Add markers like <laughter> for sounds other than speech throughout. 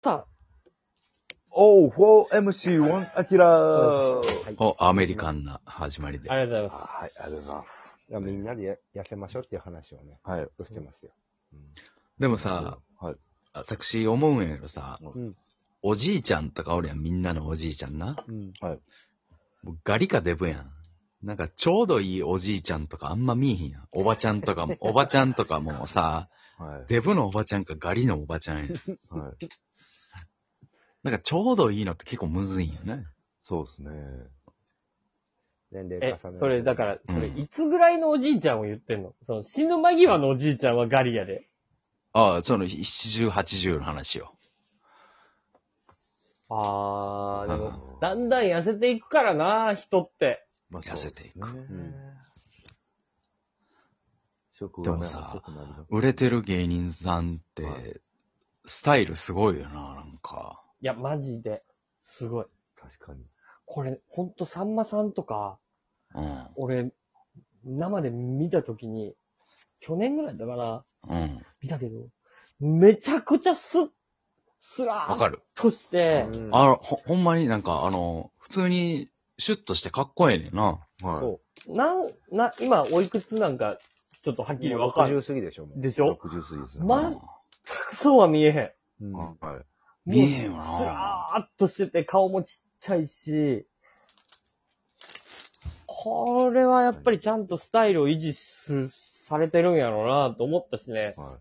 さ、 O4MC1 アキラーそうですはいお、アメリカンな始まりで。ありがとうございます。はい、ありがとうございます。だからみんなでや痩せましょうっていう話をね、はい。としてますよ。でもさ、はい。私思うんやけどさ、うんおじいちゃんとかおるやん、みんなのおじいちゃんな。うん。もうガリかデブやん。なんかちょうどいいおじいちゃんとかあんま見えへんやん。おばちゃん <laughs> とかも、おばちゃんとかもさ、はい。デブのおばちゃんかガリのおばちゃんやん。はい、なんかちょうどいいのって結構むずいんよね。そうですね。年齢え重ね、るそれだから、うんそれいつぐらいのおじいちゃんを言ってんのその死ぬ間際のおじいちゃんはガリアで。ああ、その70、80の話よ。あー、でうもん、だんだん痩せていくからな、人って。まあ痩せていくそうですねうん食でがもねさ細くなります売れてる芸人さんって、はいスタイルすごいよな、なんか。いや、マジで。すごい。確かに。これ、ほんと、さんまさんとか、うん。俺、生で見たときに、去年ぐらいだから、うん。見たけど、めちゃくちゃすっ、すらわーかっる。として、うんあの、ほ、ほんまになんか、あの、普通に、シュッとしてかっこええねんな。はい。そう。なん、な、今、おいくつなんか、ちょっとはっきりわかる。 60過ぎでしょ、もう。でしょ60過ぎですね。まそうは見えへん。うんうんはい。見えへんわもうスラーっとしてて、顔もちっちゃいし、これはやっぱりちゃんとスタイルを維持す、されてるんやろうなと思ったしね。は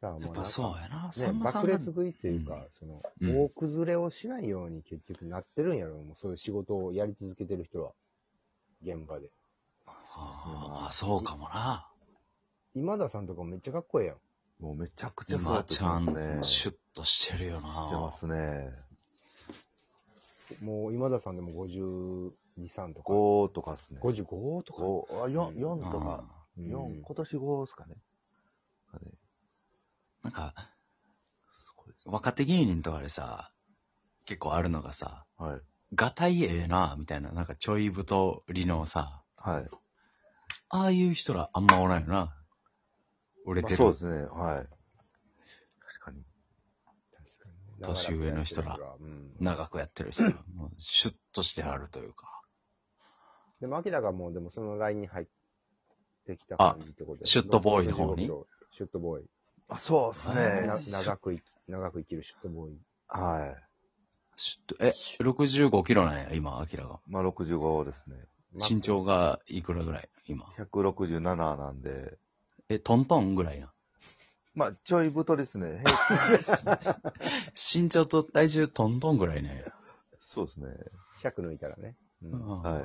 だからもやうなっんぱかそうやな。さね、んまさん爆が裂食いっていうか、その、うん大崩れをしないように結局なってるんやろ、もうそういう仕事をやり続けてる人は、現場で。ああ、そうかもな。今田さんとかもめっちゃかっこええやん。い。もうめちゃくちゃ今ちゃ育ってまん、すシね。ュッとしてるよしてまな。すね。もう今田さんでも52、3とか。 5とかですね。 55とか。 5、あ、4、う四んとか。4、今年5ですかね。あれなんか、すごいですね若手芸人とかでさ、結構あるのがさ、はい。がたいええな、みたいな、なんかちょい太りのさ、はい。ああいう人らあんまおらんよな。売れてる。まあそうですね、はい。確かに。確かにね年上の人ら。うん長くやってる人ら。もうシュッとしてあるというか。でも、明らかもう、でもそのラインに入ってきた感じってことで。あシュットボーイの方に55シュットボーイ。あ、そうですえーなね。長く生き、長く生きるシュットボーイ。はシュッとえ、65キロなんや、今、アキラが。い。まあ、65ですね。身長がいくらぐらい今。 167なんで、え、トントンぐらいな。まあ、ちょい太ですね。身長と体重トントンぐらいね。そうですね。 100抜いたらね。うんはい。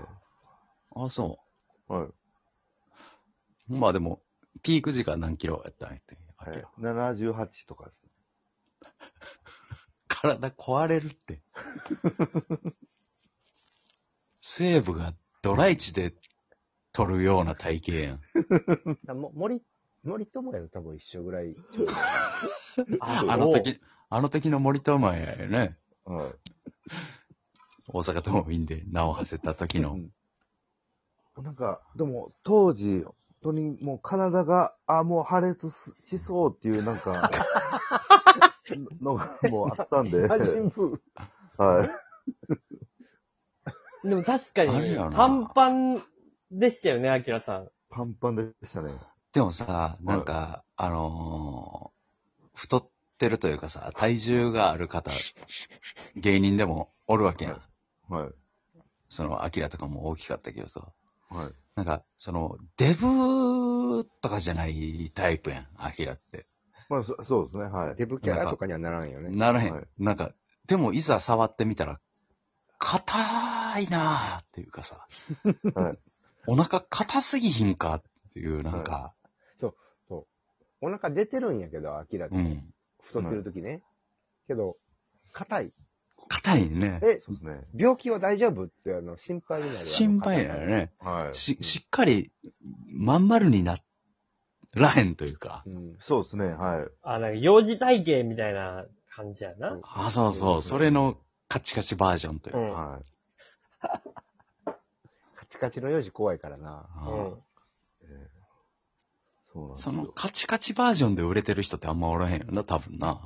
あ、そはい。う。まあでも、ピーク時が何キロやったんやって。アはキいラ、 78とかですね。体壊れるって。 <laughs> 西武がドライチで取るような体型やん。だからも森、森友哉と多分一緒ぐらい。あ <laughs> あの時、あの時の森友哉やよね。はい。大阪桐蔭で名を馳せた時の。うんなんか、でも、当時、本当にもう体が、あ、もう破裂すしそうっていう、なんか、のがもうあったん <laughs> で。歌はい。人風。でも確かあれやなに、短パンでしたよね、アキラさん。パンパンでしたね。でもさ、なんか、あのー太ってるというかさ、体重があ <laughs> る方、芸人でもおるわけやん。はその、アキラとかも大きかったけどさ。い。はい。なんか、その、デブとかじゃないタイプやん、アキラって。まあ、そそうですね。はい。デブキャラとかにはならんよね。ならへん。はいなんか、でもいざ触ってみたら、硬いなーっていうかさ、はい。 <laughs> お腹硬すぎひんかっていう、なんか、お腹出てるんやけど、明らかうに。ん。太ってる時ね。けど、硬い。硬いね。え、そうですね。病気は大丈夫って、あの、心配になるあの。心配だよね。はい。し、しっかり、まん丸にならへんというか。うん。そうですね。はい。あ、なんか、幼児体型みたいな感じやな。あ、そうそう、それのカチカチバージョンといううか。ん。はカチカチの幼児怖いからな。あうーん。い。えーそうなんですそよのカチカチバージョンで売れてる人ってあんまおらへんよな、多分な。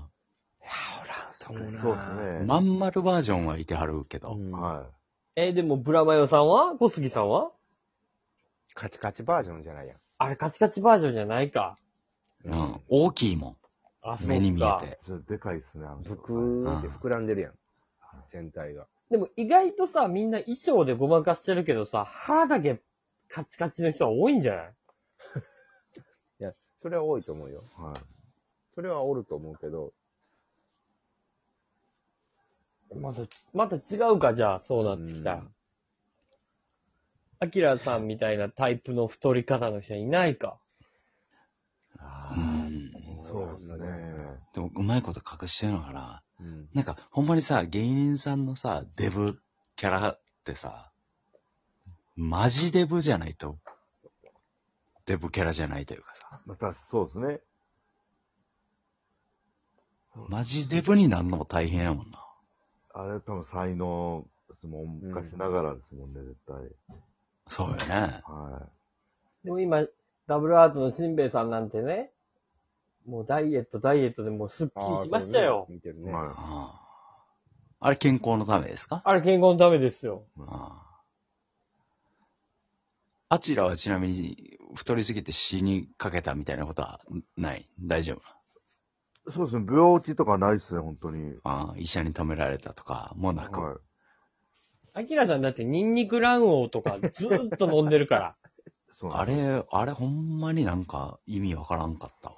そそううでなすね。まん丸バージョンはいてはるけど。うんはえ、でも、ブラマヨさんは小杉さんはカチカチバージョンじゃないやん。あれ、カチカチバージョンじゃないか。うん、大きいもあ、そん。うか。目に見えて。い。それでかいですね、あのブ人クはいーって膨らんでるやん。全体が。でも、意外とさ、みんな衣装でごまかしてるけどさ、歯だけカチカチの人は多いんじゃないいや、それは多いと思うよ。はい。それはおると思うけど、また、また違うか、じゃあ、そうなってきたらうん。アキラさんみたいなタイプの太り方の人はいないか。うあん。あ、そうですね。でも、うまいこと隠してるのかな。うん。なんか、ほんまにさ、芸人さんのさ、デブキャラってさ、マジデブじゃないと、デブキャラじゃないというかさ、また、そうですね。マジデブになんのも大変やもんな。あれ多分才能ですもん、昔ながらですもんね、絶対。そうよね。はでも今、ダブルアートのしんべヱさんなんてね、もうダイエット、ダイエットでもうすっきりしましたあーそよう。ね見てるい。ね。はあああれ健康のためですかあれ健康のためですよ。ああ。あちらはちなみに、太りすぎて死にかけたみたいなことはない。大丈夫。い。そうですね、病気とかないですね、本当に。ああ、医者に止められたとか、もうなく。はい。アキラさんだってニンニク卵黄とかずーっと飲んでるから。 <laughs> そうなあんですれ、あれほんまになんか意味わからんかったわ。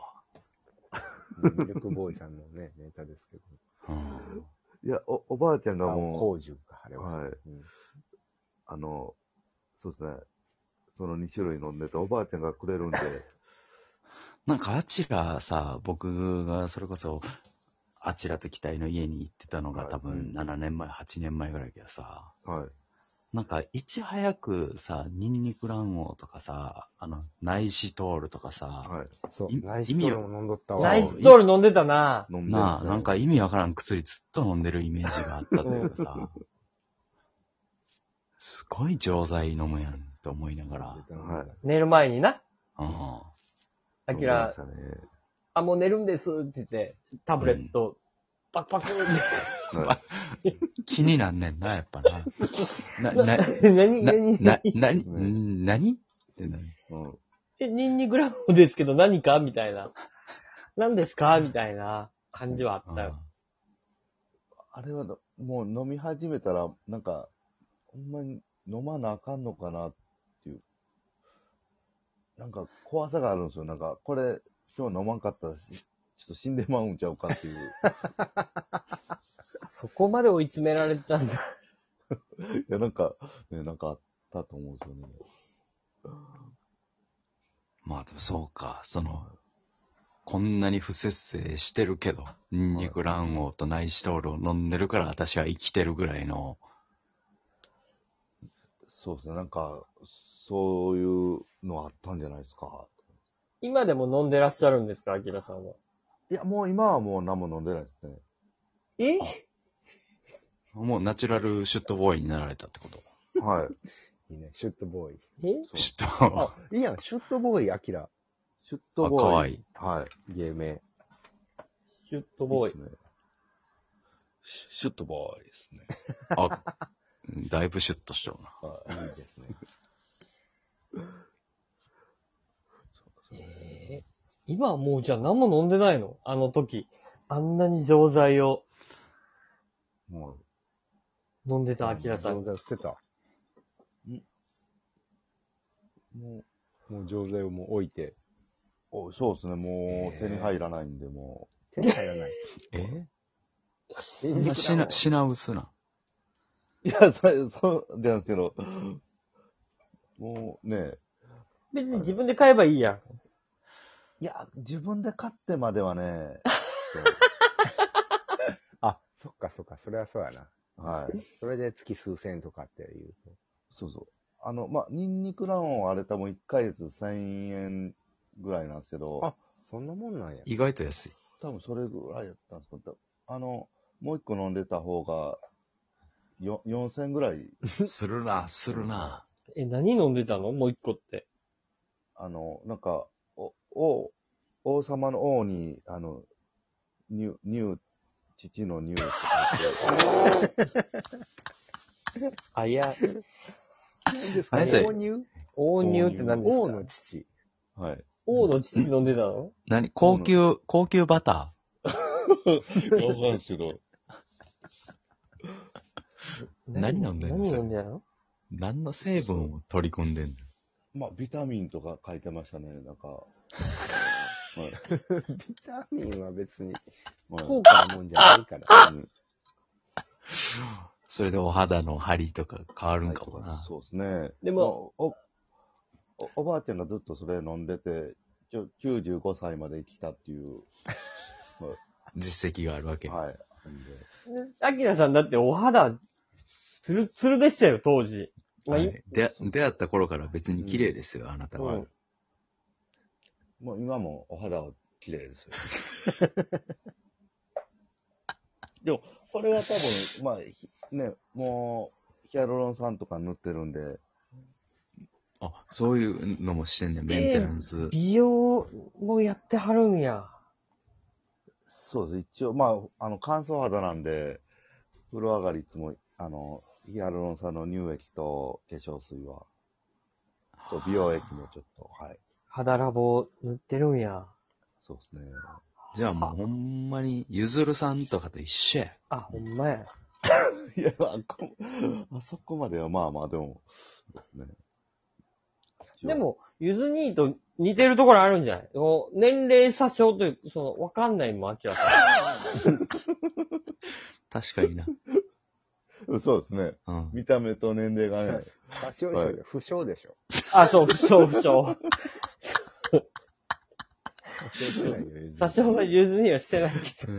ミルクボーイさんのね、ネタですけど。うん。いや、お、おばあちゃんがあもう、工事か、あれは。はい。うんあの、そうですね。その2種類飲んでて、おばあちゃんがくれる <laughs> んで、なんかあちらさ、僕がそれこそ、あちらと期待の家に行ってたのがはい多分うん7年前、8年前ぐらいやけどさ、はい。なんかいち早くさ、ニンニク卵黄とかさ、あの、内視トールとかさ、はい。そうい。ナイストロも飲んどったわ。ナイストール飲んでたな。飲んでなあ、るなんか意味わからん薬ずっと飲んでるイメージがあったというかさ、すごい錠剤飲むやんって思いながら、はい寝る前にな。うん。アキ飲んでまラし、たね。あ、もう寝るんですって言って、タブレット、パクパクっはい気になんねんな、やっぱな。 <laughs> な、な、て。何、な、何、な、なに、ん何ってなるうんえ、ニンニクラムですけど何かみたいな。何ですかみたいな感じはあったよ。あれはな、もう飲み始めたら、なんか、ほんまに飲まなあかんのかなっていう。なんか怖さがあるんですよ。なんか、これ、今日飲まんかったらし、ちょっと死んでまうんちゃうかって <laughs> いう。そこまで追い詰められてたんだ。いや、なんか、ね、なんかあったと思うんですよね。まあでもそうか、その、こんなに不節制してるけど、ニンニク卵黄と内視糖ルを飲んでるから私は生きてるぐらいの、そうですね。なんか、そういうのあったんじゃないですか。今でも飲んでらっしゃるんですかアキラさんは。いや、もう今はもう何も飲んでないですね。えもうナチュラルシュットボーイになられたってこと。はい。いいね、シュットボーイ。えそうシシュット。あ、いいやん、シュットボーイ、アキラ。ュットボーイ。あかわいいはい。芸名。シュットボーイいい。っすねシュシュットボーイですね。あ、だいぶシュッとしちゃうな。いいです <laughs> ね。えー今はもうじゃあ何も飲んでないのあの時。あんなに錠剤をも飲んでたアキラさ錠ん。剤を捨てた。う、ももう錠剤をもう置いて。う、おそうですね。もへうー手に入らないんで、も手に入らない。えニンニク品だもん品品薄な。う。いや、そ、そう、なんですけど、もうね、別に自分で買えばいいやん。いや、自分で買ってまではね、あ、そっかそっか、それはそうやな。はい。それで月数千とかっていうと。そうそう。あの、まあ、ニンニク卵黄あれ多分1ヶ月1000円ぐらいなんですけどあ、そんなもんなんや。意外と安い。多分それぐらいやったんですけど、あの、もう一個飲んでた方が、よ4000円ぐらい、するな、するな。え、何飲んでたのもう一個って。あの、なんか、お、王、王様の王に、あの、ニュ、ニュー、父のニューってあ、<laughs> いや、何です何それ購入王乳って何ですか王の父。書いて、王の父飲んでたの何高級、高級バタはい。わかんないですけど、何飲んでんの何それ飲んでたのー何の成分を取り込んでんのまあ、ビタミンとか書いてましたね、なんか。はビタミンは別にい。はい高価なもんじゃないから。うんそれでお肌の張りとか変わるんかもな。そうですね。でもまあ、お、おおばあちゃんがずっとそれ飲んでて、ちょ95歳まで生きたっていう、実績があるわけ。はい。なんでアキラさんだってお肌、ツルツルでしたよ、当時。まあはいいで出会った頃から別に綺麗ですよ、あなたは。うんもう今もお肌は綺麗ですよ。 <laughs> でも、これは多分、まあ、ひね、もう、ヒアルロン酸とか塗ってるんで、あ、そういうのもしてんね、メンテナンス。美容もやってはるんや。そうです。一応、まあ、あの、乾燥肌なんで、風呂上がりいつも、あの、ヒアルロン酸の乳液と化粧水は、と美容液もちょっと、はい。肌ラボ塗ってるんや。そうですね。 <laughs> じゃあもうほんまに、ゆずるさんとかと一緒や。あ、ほんまや。いや、あこあそこまでは、まあまあ、でも、そうですね。一応で、も、ゆず兄と似てるところあるんじゃないその年齢詐称という、その、わかんないもん、アキラさん。確かにな。そうですね。うん。 <laughs> 見た目と年齢がね、多少でしょ不詳でしょ。あ、そう、不調不調。 <laughs> 多少じゃないよ。詐称はゆず兄はしてないけど。